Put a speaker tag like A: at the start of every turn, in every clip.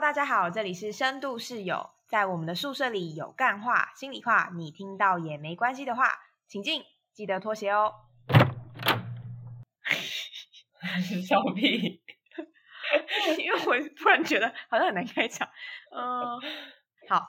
A: 大家好，这里是深度室友，在我们的宿舍里有干话、心里话，你听到也没关系的话，请进，记得脱鞋哦。
B: 笑屁！
A: 因为我突然觉得好像很难开场，嗯、好，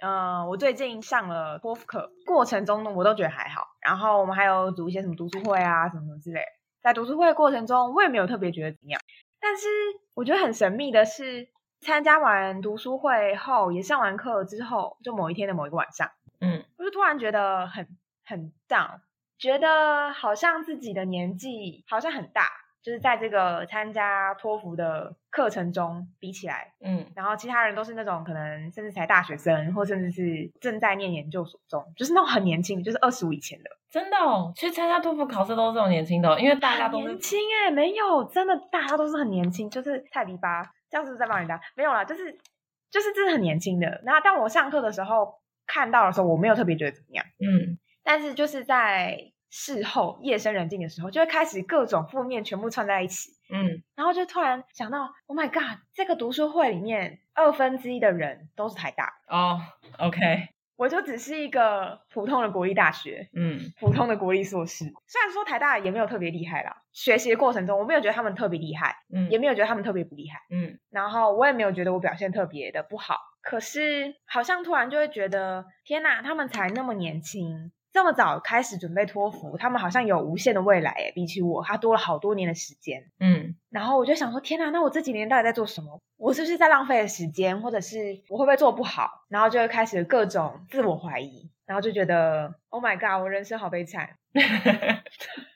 A: 呃，我最近上了托福课，过程中呢我都觉得还好，然后我们还有组一些什么读书会啊，什么什么之类的。在读书会的过程中，我也没有特别觉得怎么样，但是我觉得很神秘的是，参加完读书会后，也上完课之后，就某一天的某一个晚上，
B: 嗯，
A: 我就突然觉得很很 down，觉得好像自己的年纪好像很大，就是在这个参加托福的课程中比起来，
B: 嗯，
A: 然后其他人都是那种可能甚至才大学生，或甚至是正在念研究所中，就是那种很年轻，就是二十五以前的。
B: 真的哦，去参加托福考试都是这种年轻的哦、因为大家
A: 很
B: 都
A: 年
B: 是
A: 轻哎、没有，真的大家都是很年轻，就是太离吧，这样是不是在帮人家？没有啦，就是就是真的很年轻的。那但我上课的时候看到的时候，我没有特别觉得怎么样，
B: 嗯，
A: 但是就是在事后夜深人静的时候，就会开始各种负面全部串在一起，
B: 嗯
A: 然后就突然想到，Oh my god，这个读书会里面二分之一的人都是台大，
B: 哦，OK，
A: 我就只是一个普通的国立大学，
B: 嗯
A: 普通的国立硕士。虽然说台大也没有特别厉害啦，学习的过程中我没有觉得他们特别厉害，
B: 嗯
A: 也没有觉得他们特别不厉害，
B: 嗯
A: 然后我也没有觉得我表现特别的不好。可是好像突然就会觉得，天呐，他们才那么年轻，这么早开始准备托福，他们好像有无限的未来诶，比起我，他多了好多年的时间。
B: 嗯
A: 然后我就想说，天呐，那我这几年到底在做什么？我是不是在浪费时间，或者是我会不会做不好？然后就会开始各种自我怀疑，然后就觉得，Oh my god，我人生好悲惨。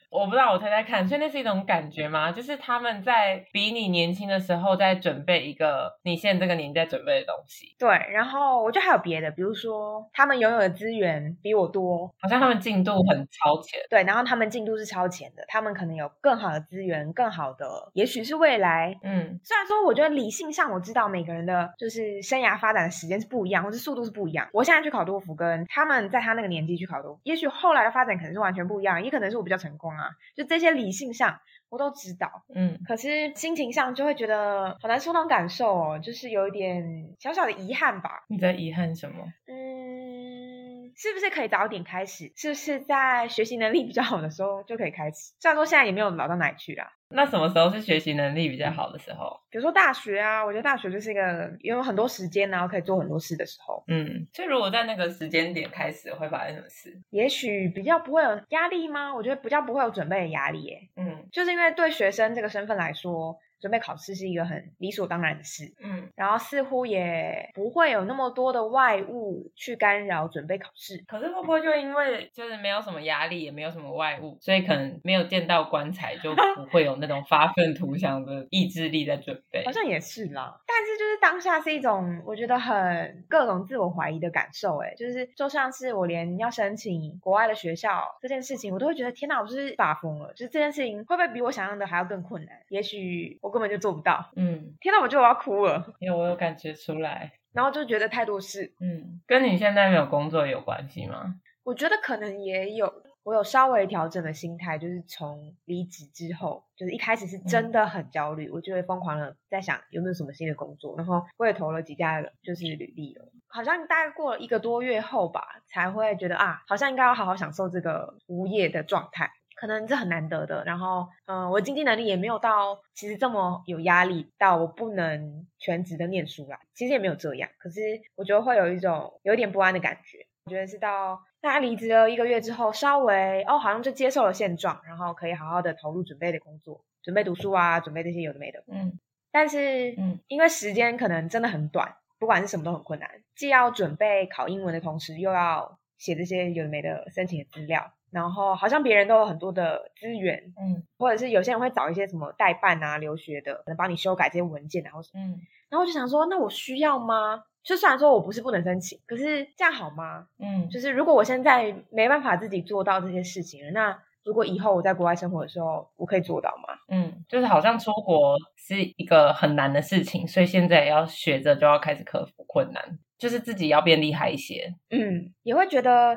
B: 我不知道，我猜猜看，所以那是一种感觉吗？就是他们在比你年轻的时候，在准备一个你现在这个年纪在准备的东西，
A: 对，然后我觉得还有别的，比如说他们拥有的资源比我多，
B: 好像他们进度很超前。
A: 对，然后他们进度是超前的，他们可能有更好的资源，更好的，也许是未来。
B: 嗯
A: 虽然说，我觉得理性上我知道每个人的就是生涯发展的时间是不一样，或是速度是不一样。我现在去考多福，跟他们在他那个年纪去考多福，也许后来的发展可能是完全不一样，也可能是我比较成功啊。就这些理性上我都知道，
B: 嗯
A: 可是心情上就会觉得好难说那种感受哦，就是有一点小小的遗憾吧。
B: 你在遗憾什么？
A: 嗯，是不是可以早点开始？是不是在学习能力比较好的时候就可以开始？虽然说现在也没有老到哪里去啦，
B: 那什么时候是学习能力比较好的时候？
A: 比如说大学啊，我觉得大学就是一个有很多时间，然啊后可以做很多事的时候，
B: 嗯，所以如果在那个时间点开始，会发生什么事？
A: 也许比较不会有压力吗？我觉得比较不会有准备的压力耶，
B: 嗯
A: 就是因为对学生这个身份来说，准备考试是一个很理所当然的事。
B: 嗯，
A: 然后似乎也不会有那么多的外物去干扰准备考试，
B: 可是会不会就因为就是没有什么压力，也没有什么外物，所以可能没有见到棺材，就不会有那种发愤图强的意志力在准备
A: 好？像也是啦，但是就是当下是一种我觉得很各种自我怀疑的感受，哎，就是就像是我连要申请国外的学校这件事情，我都会觉得天哪，我是不是发疯了，就是这件事情会不会比我想象的还要更困难？也许我根本就做不到，
B: 嗯，
A: 天哪，我觉得我要哭了，
B: 因为我有感觉出来。
A: 然后就觉得太多事，
B: 嗯，跟你现在没有工作有关系吗？
A: 我觉得可能也有。我有稍微调整的心态，就是从离职之后，就是一开始是真的很焦虑，我就会疯狂的在想有没有什么新的工作，然后我也投了几家就是履历了，好像大概过了一个多月后吧，才会觉得啊，好像应该要好好享受这个无业的状态，可能这很难得的。然后，嗯、我经济能力也没有到其实这么有压力，到我不能全职的念书啦，其实也没有这样。可是我觉得会有一种有一点不安的感觉，我觉得是到大家离职了一个月之后，稍微哦好像就接受了现状，然后可以好好的投入准备的工作，准备读书啊，准备这些有的没的。
B: 嗯
A: 但是，
B: 嗯
A: 因为时间可能真的很短，不管是什么都很困难，既要准备考英文的同时，又要写这些有的没的申请的资料，然后好像别人都有很多的资源，
B: 嗯
A: 或者是有些人会找一些什么代办啊、留学的，可能帮你修改这些文件，然啊后什么
B: 嗯
A: 然后我就想说，那我需要吗？就虽然说我不是不能申请，可是这样好吗？
B: 嗯，
A: 就是如果我现在没办法自己做到这些事情了，那如果以后我在国外生活的时候，我可以做到吗？
B: 嗯，就是好像出国是一个很难的事情，所以现在也要学着就要开始克服困难。就是自己要变厉害一些。
A: 嗯，也会觉得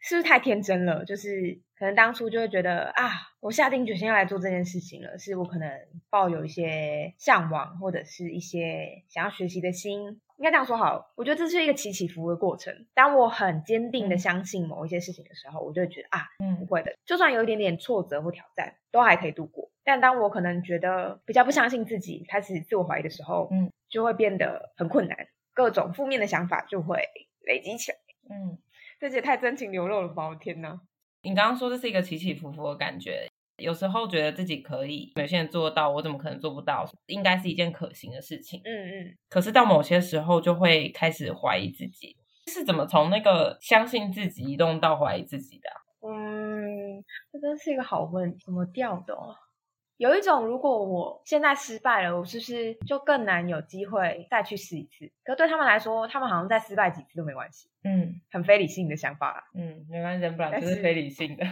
A: 是不是太天真了？就是可能当初就会觉得啊，我下定决心要来做这件事情了，是我可能抱有一些向往，或者是一些想要学习的心。应该这样说好了，我觉得这是一个起起伏伏的过程。当我很坚定的相信某一些事情的时候，我就会觉得啊，不
B: 嗯，
A: 会的，就算有一点点挫折或挑战，都还可以度过。但当我可能觉得比较不相信自己，开始自我怀疑的时候，
B: 嗯，
A: 就会变得很困难，各种负面的想法就会累积起来。
B: 嗯，
A: 这也太真情流露了吧！我天哪，
B: 你刚刚说这是一个起起伏伏的感觉，有时候觉得自己可以，有些人做得到，我怎么可能做不到？应该是一件可行的事情。
A: 嗯嗯，
B: 可是到某些时候就会开始怀疑自己，是怎么从那个相信自己移动到怀疑自己的啊、
A: 嗯，这真是一个好问题，怎么调的哦？有一种，如果我现在失败了，我是不是就更难有机会再去试一次？可对他们来说，他们好像再失败几次都没关系，
B: 嗯
A: 很非理性的想法啦，
B: 嗯，没关系，人本来就
A: 但
B: 是
A: 是
B: 非理性的。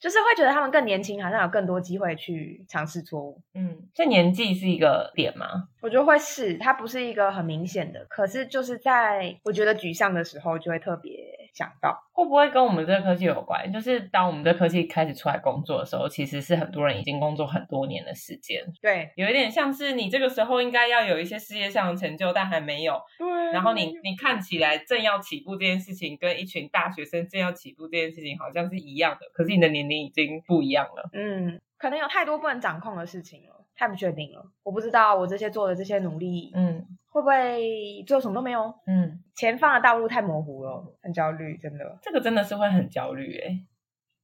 A: 就是会觉得他们更年轻，好像有更多机会去尝试错误。
B: 嗯，这年纪是一个点吗？
A: 我觉得会是，它不是一个很明显的，可是就是在我觉得沮丧的时候，就会特别想到。
B: 会不会跟我们这个科技有关？就是当我们这个科技开始出来工作的时候，其实是很多人已经工作很多年的时间，
A: 对
B: 有一点像是你这个时候应该要有一些事业上的成就，但还没有。
A: 对
B: 然后你你看起来正要起步这件事情，跟一群大学生正要起步这件事情好像是一样的，可是你的年龄已经不一样了。
A: 嗯，可能有太多不能掌控的事情了，太不确定了。我不知道我这些做的这些努力，
B: 嗯
A: 会不会最后什么都没有？
B: 嗯，
A: 前方的道路太模糊了，很焦虑，真的。
B: 这个真的是会很焦虑欸诶、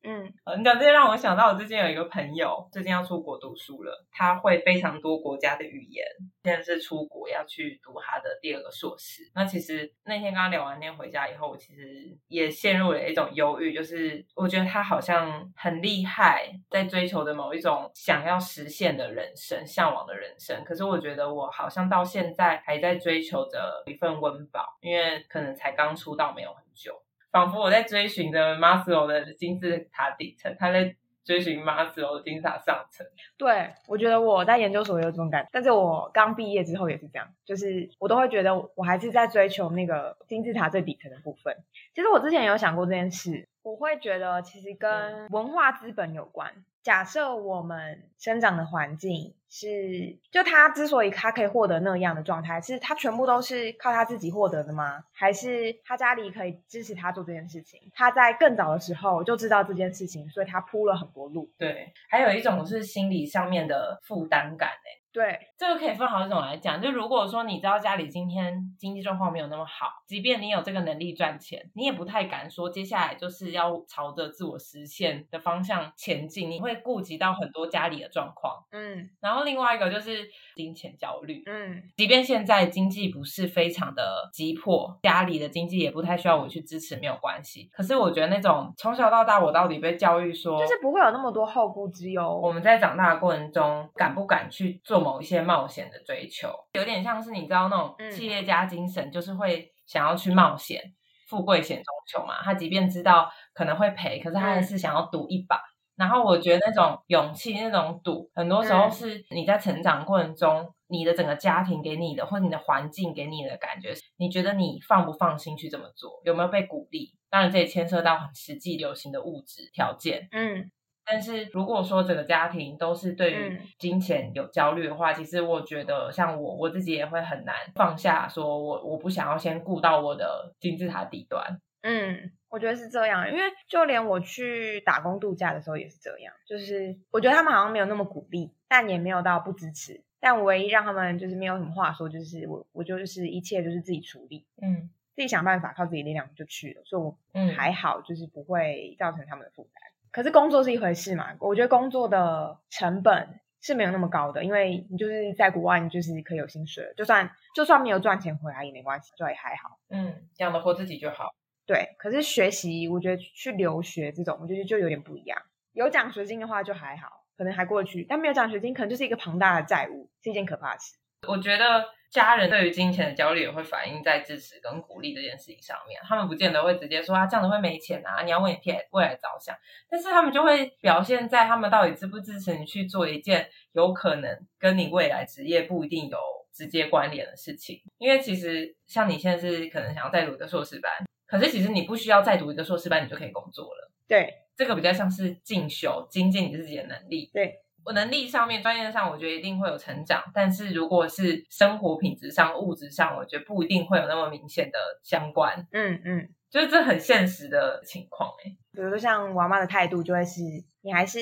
A: 嗯
B: 呃你讲这些让我想到，我最近有一个朋友，最近要出国读书了，他会非常多国家的语言，现在是出国要去读他的第二个硕士。那其实那天跟他聊完天回家以后，我其实也陷入了一种忧郁，就是我觉得他好像很厉害，在追求着某一种想要实现的人生、向往的人生。可是我觉得我好像到现在还在追求着一份温饱，因为可能才刚出道没有很久。仿佛我在追寻着马斯洛的金字塔底层，他在追寻马斯洛的金字塔上层。
A: 对，我觉得我在研究所也有这种感觉，但是我刚毕业之后也是这样，就是我都会觉得我还是在追求那个金字塔最底层的部分。其实我之前也有想过这件事，我会觉得其实跟文化资本有关。假设我们生长的环境是，就他之所以他可以获得那样的状态，是他全部都是靠他自己获得的吗？还是他家里可以支持他做这件事情？他在更早的时候就知道这件事情，所以他铺了很多路。
B: 对，还有一种是心理上面的负担感、欸
A: 对，
B: 这个可以分好几种来讲，就如果说你知道家里今天经济状况没有那么好，即便你有这个能力赚钱，你也不太敢说接下来就是要朝着自我实现的方向前进，你会顾及到很多家里的状况。
A: 嗯
B: 然后另外一个就是金钱焦虑，
A: 嗯。
B: 即便现在经济不是非常的急迫，家里的经济也不太需要我去支持，没有关系。可是我觉得那种从小到大，我到底被教育说，
A: 就是不会有那么多后顾之
B: 我
A: 忧。
B: 们在长大的过程中，敢不敢去做某一些冒险的追求，有点像是你知道那种
A: 嗯
B: 企业家精神，就是会想要去冒险，富贵险中求嘛。他即便知道可能会赔，可是他还是想要赌一把。然后我觉得那种勇气、那种赌，很多时候
A: 嗯
B: 是你在成长过程中，你的整个家庭给你的，或你的环境给你的感觉，你觉得你放不放心去这么做，有没有被鼓励？当然，这也牵涉到很实际流行的物质条件。
A: 嗯
B: 但是如果说整个家庭都是对于
A: 嗯
B: 金钱有焦虑的话，其实我觉得像我我自己也会很难放下，说我我不想要先顾到我的金字塔底端。
A: 嗯，我觉得是这样，因为就连我去打工度假的时候也是这样，就是我觉得他们好像没有那么鼓励，但也没有到不支持。但唯一让他们就是没有什么话说，就是我我就是一切就是自己处理，
B: 嗯
A: 自己想办法，靠自己力量就去了，所以我
B: 嗯，
A: 还好，就是不会造成他们的负担。可是工作是一回事嘛，我觉得工作的成本是没有那么高的，因为你就是在国外，你就是可以有薪水了，就算就算没有赚钱回来也没关系，就也还好。
B: 嗯养得活自己就好。
A: 对，可是学习，我觉得去留学这种，我觉得就有点不一样。有奖学金的话就还好，可能还过得去；但没有奖学金，可能就是一个庞大的债务，是一件可怕的事。
B: 我觉得家人对于金钱的焦虑也会反映在支持跟鼓励这件事情上面，他们不见得会直接说啊这样子会没钱啊，你要为你未未来着想，但是他们就会表现在他们到底支不支持你去做一件有可能跟你未来职业不一定有直接关联的事情。因为其实像你现在是可能想要再读一个硕士班，可是其实你不需要再读一个硕士班，你就可以工作了。
A: 对
B: 这个比较像是进修，精进你自己的能力。
A: 对，
B: 我能力上面、专业上，我觉得一定会有成长，但是如果是生活品质上、物质上，我觉得不一定会有那么明显的相关，
A: 嗯嗯，
B: 就是这很现实的情况哎、
A: 比如说像我妈的态度就会是，你还是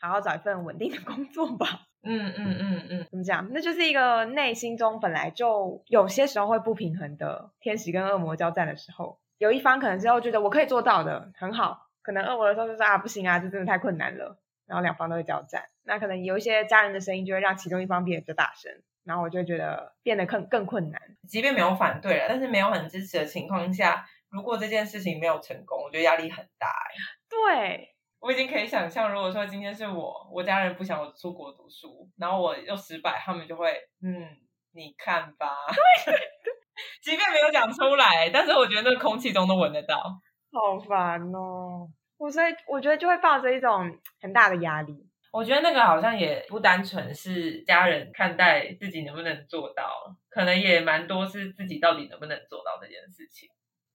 A: 好好找一份稳定的工作吧。
B: 嗯嗯嗯嗯，
A: 怎么讲？那就是一个内心中本来就有些时候会不平衡的天使跟恶魔交战的时候，有一方可能之哦后觉得我可以做到的，很好；可能恶魔的时候就说啊不行啊，这真的太困难了。然后两方都会交战，那可能有一些家人的声音就会让其中一方变得比较大声，然后我就会觉得变得更更困难。
B: 即便没有反对了，但是没有很支持的情况下，如果这件事情没有成功，我觉得压力很大哎、
A: 对，
B: 我已经可以想象，如果说今天是我，我家人不想我出国读书，然后我又失败，他们就会嗯，你看吧。 即便没有讲出来，但是我觉得那个空气中都闻得到。
A: 好烦哦。我所以我觉得就会抱着一种很大的压力。
B: 我觉得那个好像也不单纯是家人看待自己能不能做到，可能也蛮多是自己到底能不能做到这件事情。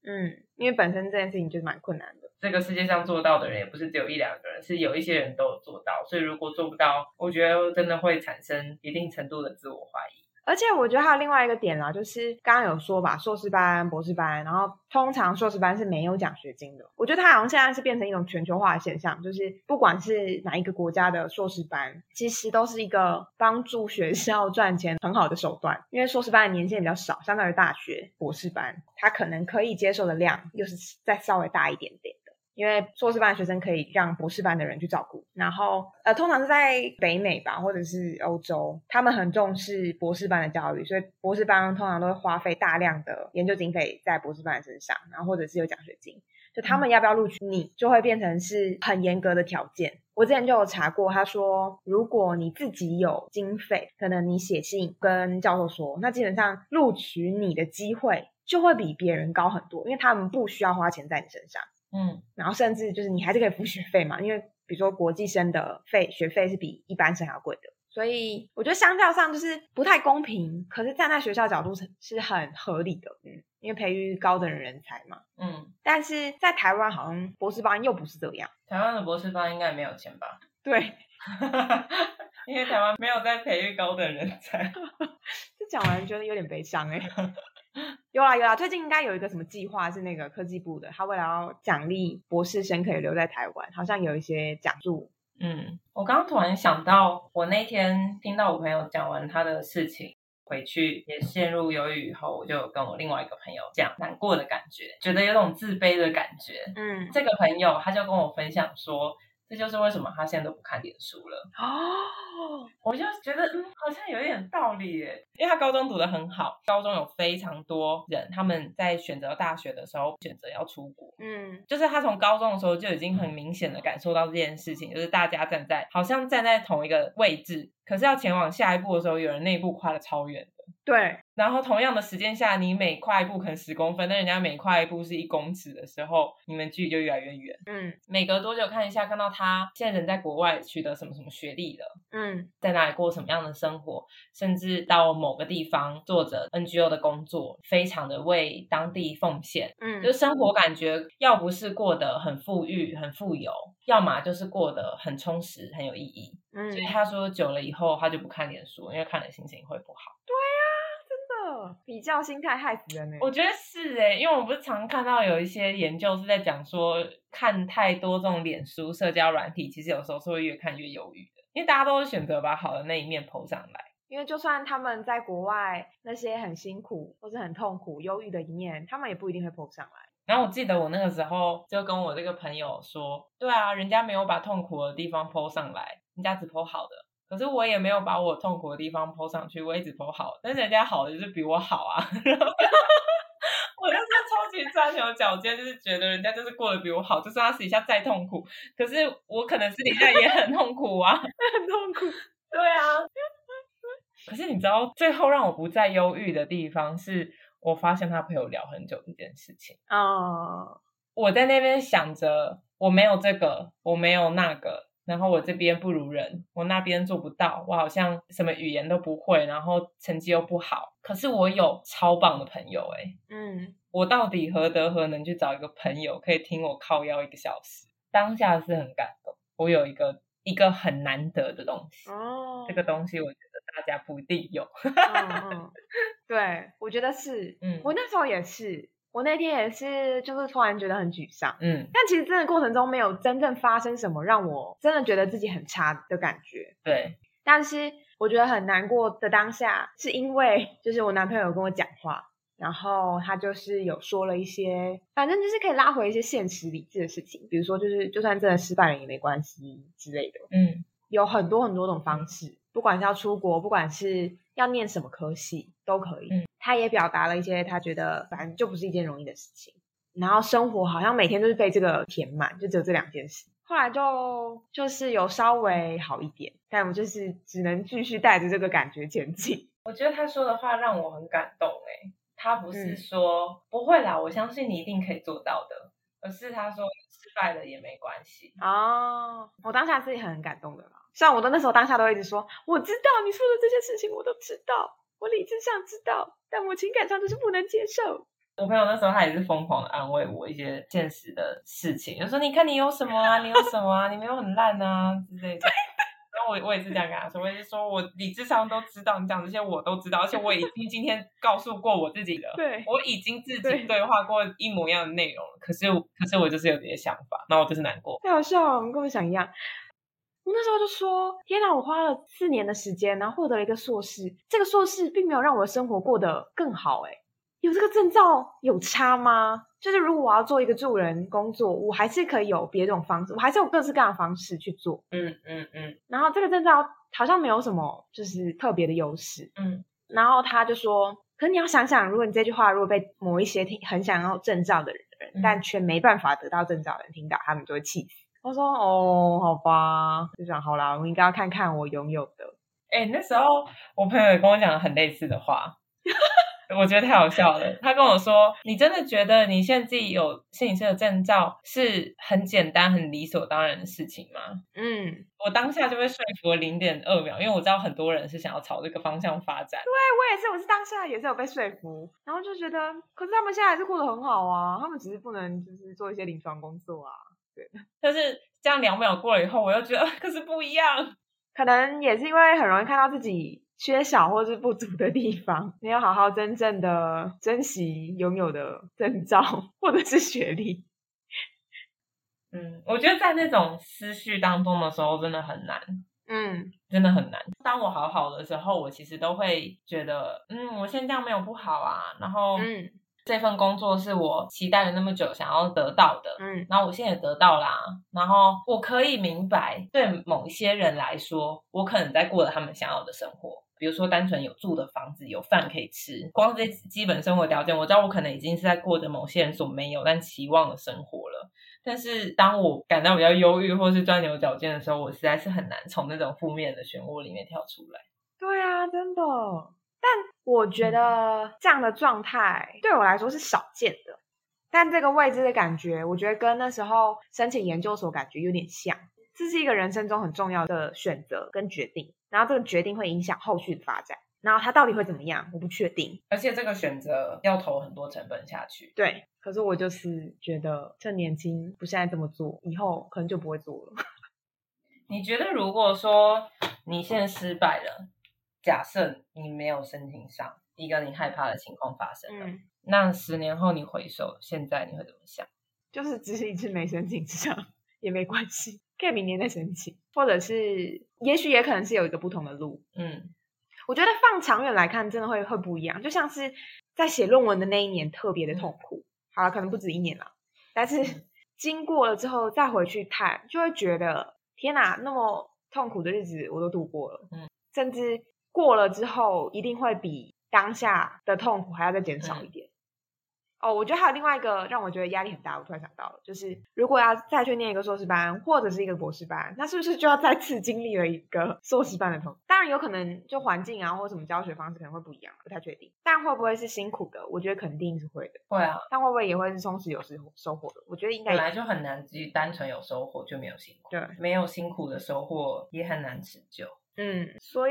A: 嗯，因为本身这件事情就是蛮困难的。
B: 这个世界上做到的人也不是只有一两个人，是有一些人都有做到。所以如果做不到，我觉得真的会产生一定程度的自我怀疑。
A: 而且我觉得还有另外一个点啦，就是刚刚有说吧，硕士班、博士班，然后通常硕士班是没有奖学金的。我觉得它好像现在是变成一种全球化的现象，就是不管是哪一个国家的硕士班，其实都是一个帮助学校赚钱很好的手段。因为硕士班的年限比较少，相当于大学、博士班，它可能可以接受的量又是再稍微大一点点。因为硕士班的学生可以让博士班的人去照顾，然后呃，通常是在北美吧，或者是欧洲，他们很重视博士班的教育，所以博士班通常都会花费大量的研究经费在博士班的身上，然后或者是有奖学金，就他们要不要录取你，就会变成是很严格的条件。我之前就有查过，他说如果你自己有经费，可能你写信跟教授说，那基本上录取你的机会就会比别人高很多，因为他们不需要花钱在你身上。
B: 嗯，
A: 然后甚至就是你还是可以付学费嘛，因为比如说国际生的费学费是比一般生还要贵的，所以我觉得相较上就是不太公平，可是站在学校角度是是很合理的，嗯，因为培育高等人才嘛。
B: 嗯，
A: 但是在台湾好像博士班又不是这样，
B: 台湾的博士班应该没有钱吧？
A: 对，
B: 因为台湾没有在培育高等人才。
A: 这讲完觉得有点悲伤哎、 有啦有啦，最近应该有一个什么计划是那个科技部的，他为了要奖励博士生可以留在台湾，好像有一些奖助，
B: 嗯，我刚刚突然想到，我那天听到我朋友讲完他的事情，回去也陷入忧郁以后，我就跟我另外一个朋友讲难过的感觉，觉得有种自卑的感觉。
A: 嗯，
B: 这个朋友他就跟我分享说，这就是为什么他现在都不看脸书了。
A: 哦，
B: 我就觉得，嗯，好像有一点道理耶，因为他高中读得很好，高中有非常多人他们在选择大学的时候选择要出国，
A: 嗯
B: 就是他从高中的时候就已经很明显的感受到这件事情，就是大家站在好像站在同一个位置，可是要前往下一步的时候，有人那一步跨的超远的。
A: 对，
B: 然后同样的时间下，你每跨一步可能十公分，但人家每跨一步是一公尺的时候，你们距离就越来越远。
A: 嗯
B: 每隔多久看一下，看到他现在人在国外取得什么什么学历了，
A: 嗯
B: 在哪里过什么样的生活，甚至到某个地方做着 NGO 的工作，非常的为当地奉献。
A: 嗯，
B: 就生活感觉，要不是过得很富裕、很富有，要么就是过得很充实、很有意义。
A: 嗯，
B: 所以他说，久了以后他就不看脸书，因为看了心情会不好。
A: 的比较心态害死人呢、欸
B: 我觉得是诶、因为我不是常看到有一些研究是在讲说，看太多这种脸书社交软体，其实有时候是会越看越忧郁的，因为大家都是选择把好的那一面剖上来。
A: 因为就算他们在国外那些很辛苦或是很痛苦、忧郁的一面，他们也不一定会 PO 上来。
B: 然后我记得我那个时候就跟我这个朋友说，对啊，人家没有把痛苦的地方剖上来，人家只剖好的。可是我也没有把我痛苦的地方剖上去，我也只剖好，但是人家好的就是比我好啊。 然后我就是超级钻牛角尖，就是觉得人家就是过得比我好，就算他私底下再痛苦，可是我可能私底下也很痛苦啊。
A: 很痛苦。
B: 对啊。可是你知道，最后让我不再忧郁的地方是，我发现他陪我聊很久这件事情。
A: 哦，
B: 我在那边想着我没有这个，我没有那个，然后我这边不如人，我那边做不到，我好像什么语言都不会，然后成绩又不好。可是我有超棒的朋友、欸，诶，
A: 嗯，
B: 我到底何德何能去找一个朋友可以听我靠腰一个小时？当下是很感动，我有一个一个很难得的东西，
A: 哦，
B: 这个东西我觉得大家不一定有。
A: 嗯嗯， 对，我觉得是，
B: 嗯
A: 我那时候也是，我那天也是，就是突然觉得很沮丧。
B: 嗯，
A: 但其实真的过程中没有真正发生什么让我真的觉得自己很差的感觉，
B: 对，
A: 但是我觉得很难过的当下，是因为就是我男朋友有跟我讲话，然后他就是有说了一些，反正就是可以拉回一些现实理智的事情，比如说就是就算真的失败了也没关系之类的。
B: 嗯
A: 有很多很多种方式，不管是要出国，不管是要念什么科系，都可以。
B: 嗯
A: 他也表达了一些他觉得反正就不是一件容易的事情，然后生活好像每天都是被这个填满，就只有这两件事。后来就就是有稍微好一点，但我就是只能继续带着这个感觉前进。
B: 我觉得他说的话让我很感动、欸，他不是
A: 嗯
B: 说、不会啦，我相信你一定可以做到的，而是他说失败了也没关系。
A: 哦，我当下是很感动的啦。虽然我的那时候当下都一直说，我知道你说的这些事情我都知道，我理智上知道，但我情感上就是不能接受。
B: 我朋友那时候他也是疯狂的安慰我一些现实的事情，就说你看你有什么啊，你有什么啊，你没有很烂啊之类的。然后我我也是这样跟他说，我也是说我理智上都知道，你讲这些我都知道，而且我已经今天告诉过我自己了。
A: 对，
B: 我已经自
A: 对
B: 己对话过一模一样的内容了，可是可是我就是有这些想法，然后我就是难过。
A: 太好笑了，我们跟我想一样。我那时候就说：“天哪，我花了四年的时间，然后获得了一个硕士。这个硕士并没有让我的生活过得更好、欸，有这个证照有差吗？就是如果我要做一个助人工作，我还是可以有别种方式，我还是有各式各样的方式去做。
B: 嗯嗯嗯
A: 然后这个证照好像没有什么就是特别的优势。
B: 嗯，
A: 然后他就说：“可是你要想想，如果你这句话如果被某一些听很想要证照的人，
B: 嗯
A: 但却没办法得到证照的人听到，他们就会气死。”我说：“哦，好吧，就想好啦，我应该要看看我拥有的。
B: 哎、那时候我朋友也跟我讲了很类似的话，我觉得太好笑了。他跟我说：“你真的觉得你现在自己有心理师的证照是很简单、很理所当然的事情吗？”
A: 嗯，对
B: 我当下就被说服了零点二秒，因为我知道很多人是想要朝这个方向发展。
A: 我也是，我是当下也是有被说服，然后就觉得，可是他们现在还是过得很好啊，他们只是不能就是做一些临床工作啊，
B: 但是这样两秒过了以后，我又觉得、啊可是不一样。
A: 可能也是因为很容易看到自己缺少或是不足的地方，没有好好真正的珍惜拥有的证照或者是学历。
B: 嗯，我觉得在那种思绪当中的时候，真的很难。
A: 嗯
B: 真的很难。当我好好的时候，我其实都会觉得，嗯，我现在这样没有不好啊。然后，
A: 嗯
B: 这份工作是我期待了那么久想要得到的，
A: 嗯
B: 然后我现在也得到啦。然后我可以明白，对某一些人来说，我可能在过着他们想要的生活。比如说，单纯有住的房子，有饭可以吃，光这基本生活条件，我知道我可能已经是在过着某些人所没有但期望的生活了。但是，当我感到比较忧郁或是钻牛角尖的时候，我实在是很难从那种负面的漩涡里面跳出来。
A: 对啊，真的。但我觉得这样的状态对我来说是少见的，但这个未知的感觉，我觉得跟那时候申请研究所感觉有点像。这是一个人生中很重要的选择跟决定，然后这个决定会影响后续的发展，然后它到底会怎么样，我不确定。
B: 而且，这个选择要投很多成本下去。
A: 对，可是我就是觉得趁年轻不现在这么做，以后可能就不会做了。
B: 你觉得如果说你现在失败了，假设你没有申请上一个你害怕的情况发生了，
A: 嗯，
B: 那十年后你回首现在你会怎么想？
A: 就是只是一次没申请上也没关系，可以明年再申请，或者是也许也可能是有一个不同的路。
B: 嗯
A: 我觉得放长远来看，真的会会不一样，就像是在写论文的那一年特别的痛苦。好了，可能不止一年了，但是
B: 嗯
A: 经过了之后再回去看，就会觉得天哪，那么痛苦的日子我都度过了，
B: 嗯，
A: 甚至
B: 嗯
A: 过了之后一定会比当下的痛苦还要再减少一点。哦，我觉得还有另外一个让我觉得压力很大，我突然想到了，就是如果要再去念一个硕士班或者是一个博士班，那是不是就要再次经历了一个硕士班的痛？当然有可能就环境啊或什么教学方式可能会不一样，不太确定。但会不会是辛苦的？我觉得肯定是会的。
B: 会啊，
A: 但会不会也会是充实有时收获的？我觉得应该
B: 本
A: 也
B: 来就很难，只单纯有收获就没有辛苦，
A: 对，
B: 没有辛苦的收获也很难持久。
A: 嗯，所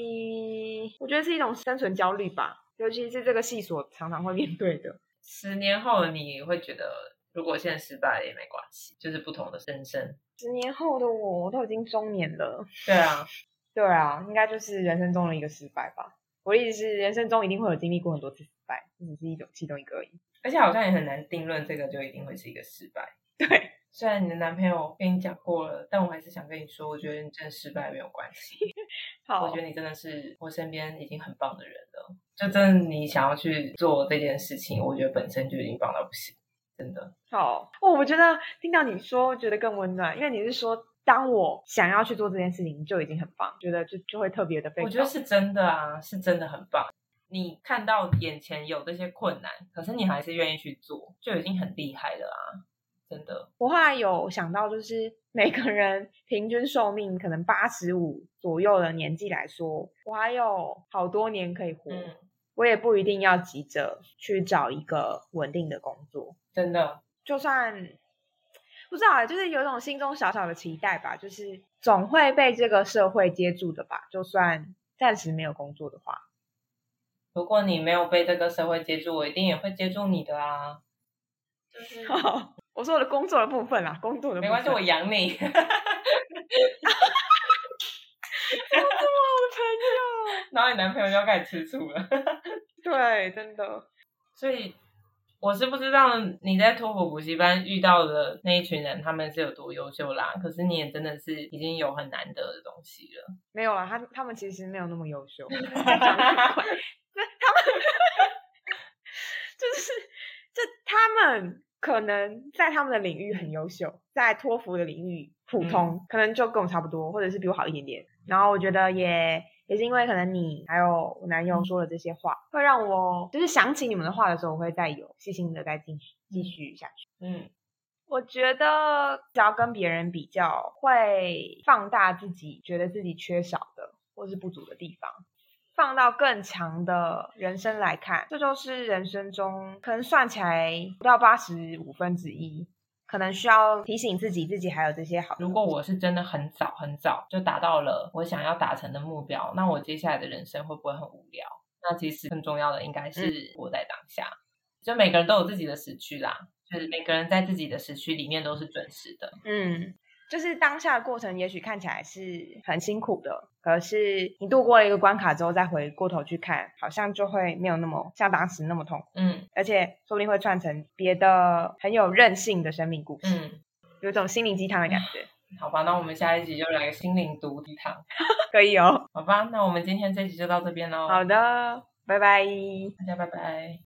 A: 以我觉得是一种生存焦虑吧，尤其是这个系所常常会面对的。
B: 十年后你会觉得，如果现在失败了也没关系，就是不同的 人生。
A: 十年后的我，我都已经中年了。
B: 对啊，
A: 对啊，应该就是人生中的一个失败吧。我的意思是，人生中一定会有经历过很多次失败，这只是一种其中一个而已。
B: 而且好像也很难定论这个就一定会是一个失败。
A: 对，
B: 虽然你的男朋友跟你讲过了，但我还是想跟你说，我觉得你真的失败没有关系。
A: 好，
B: 我觉得你真的是我身边已经很棒的人了。就真的你想要去做这件事情，我觉得本身就已经棒到不行，真的。
A: 好哦，我觉得听到你说，觉得更温暖，因为你是说，当我想要去做这件事情，就已经很棒，觉得就就会特别的被。
B: 我觉得，是真的啊，是真的很棒。你看到眼前有这些困难，可是你还是愿意去做，就已经很厉害了啊！真的，
A: 我后来有想到，就是每个人平均寿命可能八十五左右的年纪来说，我还有好多年可以活，
B: 嗯，
A: 我也不一定要急着去找一个稳定的工作。
B: 真的，
A: 就算不知道啊，就是有一种心中小小的期待吧，就是总会被这个社会接住的吧。就算暂时没有工作的话，
B: 如果你没有被这个社会接住，我一定也会接住你的啊！就是
A: 我说我的工作的部分啦，工作的部分
B: 没关系，我养你。
A: 我
B: 然后你男朋友就要开始吃醋了，
A: 朋友，对，真的
B: 所以我是不知道你在托福补习班遇到的那一群人他们是有多优秀啦。可是你也真的是已经有很难得的东西了。
A: 没有啦。啊他他们其实没有那么优 秀， 他讲得很快，对他们就是这他们。可能在他们的领域很优秀，在托福的领域普通，可能就跟我差不多，或者是比我好一点点。然后我觉得也也是因为可能你还有我男友说的这些话，会让我就是想起你们的话的时候，我会再有细心的再继续继续下去。
B: 嗯，
A: 我觉得只要跟别人比较，会放大自己觉得自己缺少的或是不足的地方，放到更长的人生来看，这就是人生中可能算起来不到八十五分之一，可能需要提醒自己，自己还有这些好。
B: 如果我是真的很早很早就达到了我想要达成的目标，那我接下来的人生会不会很无聊？那其实更重要的应该是活在当下。就每个人都有自己的时区啦，就是每个人在自己的时区里面都是准时的。
A: 嗯，就是当下的过程，也许看起来是很辛苦的，可是你度过了一个关卡之后，再回过头去看，好像就会没有那么像当时那么痛苦。
B: 嗯
A: 而且说不定会串成别的很有韧性的生命故事，
B: 嗯，
A: 有一种心灵鸡汤的感觉。
B: 好吧，那我们下一集就来个心灵毒鸡汤，
A: 可以哦，
B: 好吧？那我们今天这集就到这边喽，
A: 好的，拜拜。
B: 大家拜拜。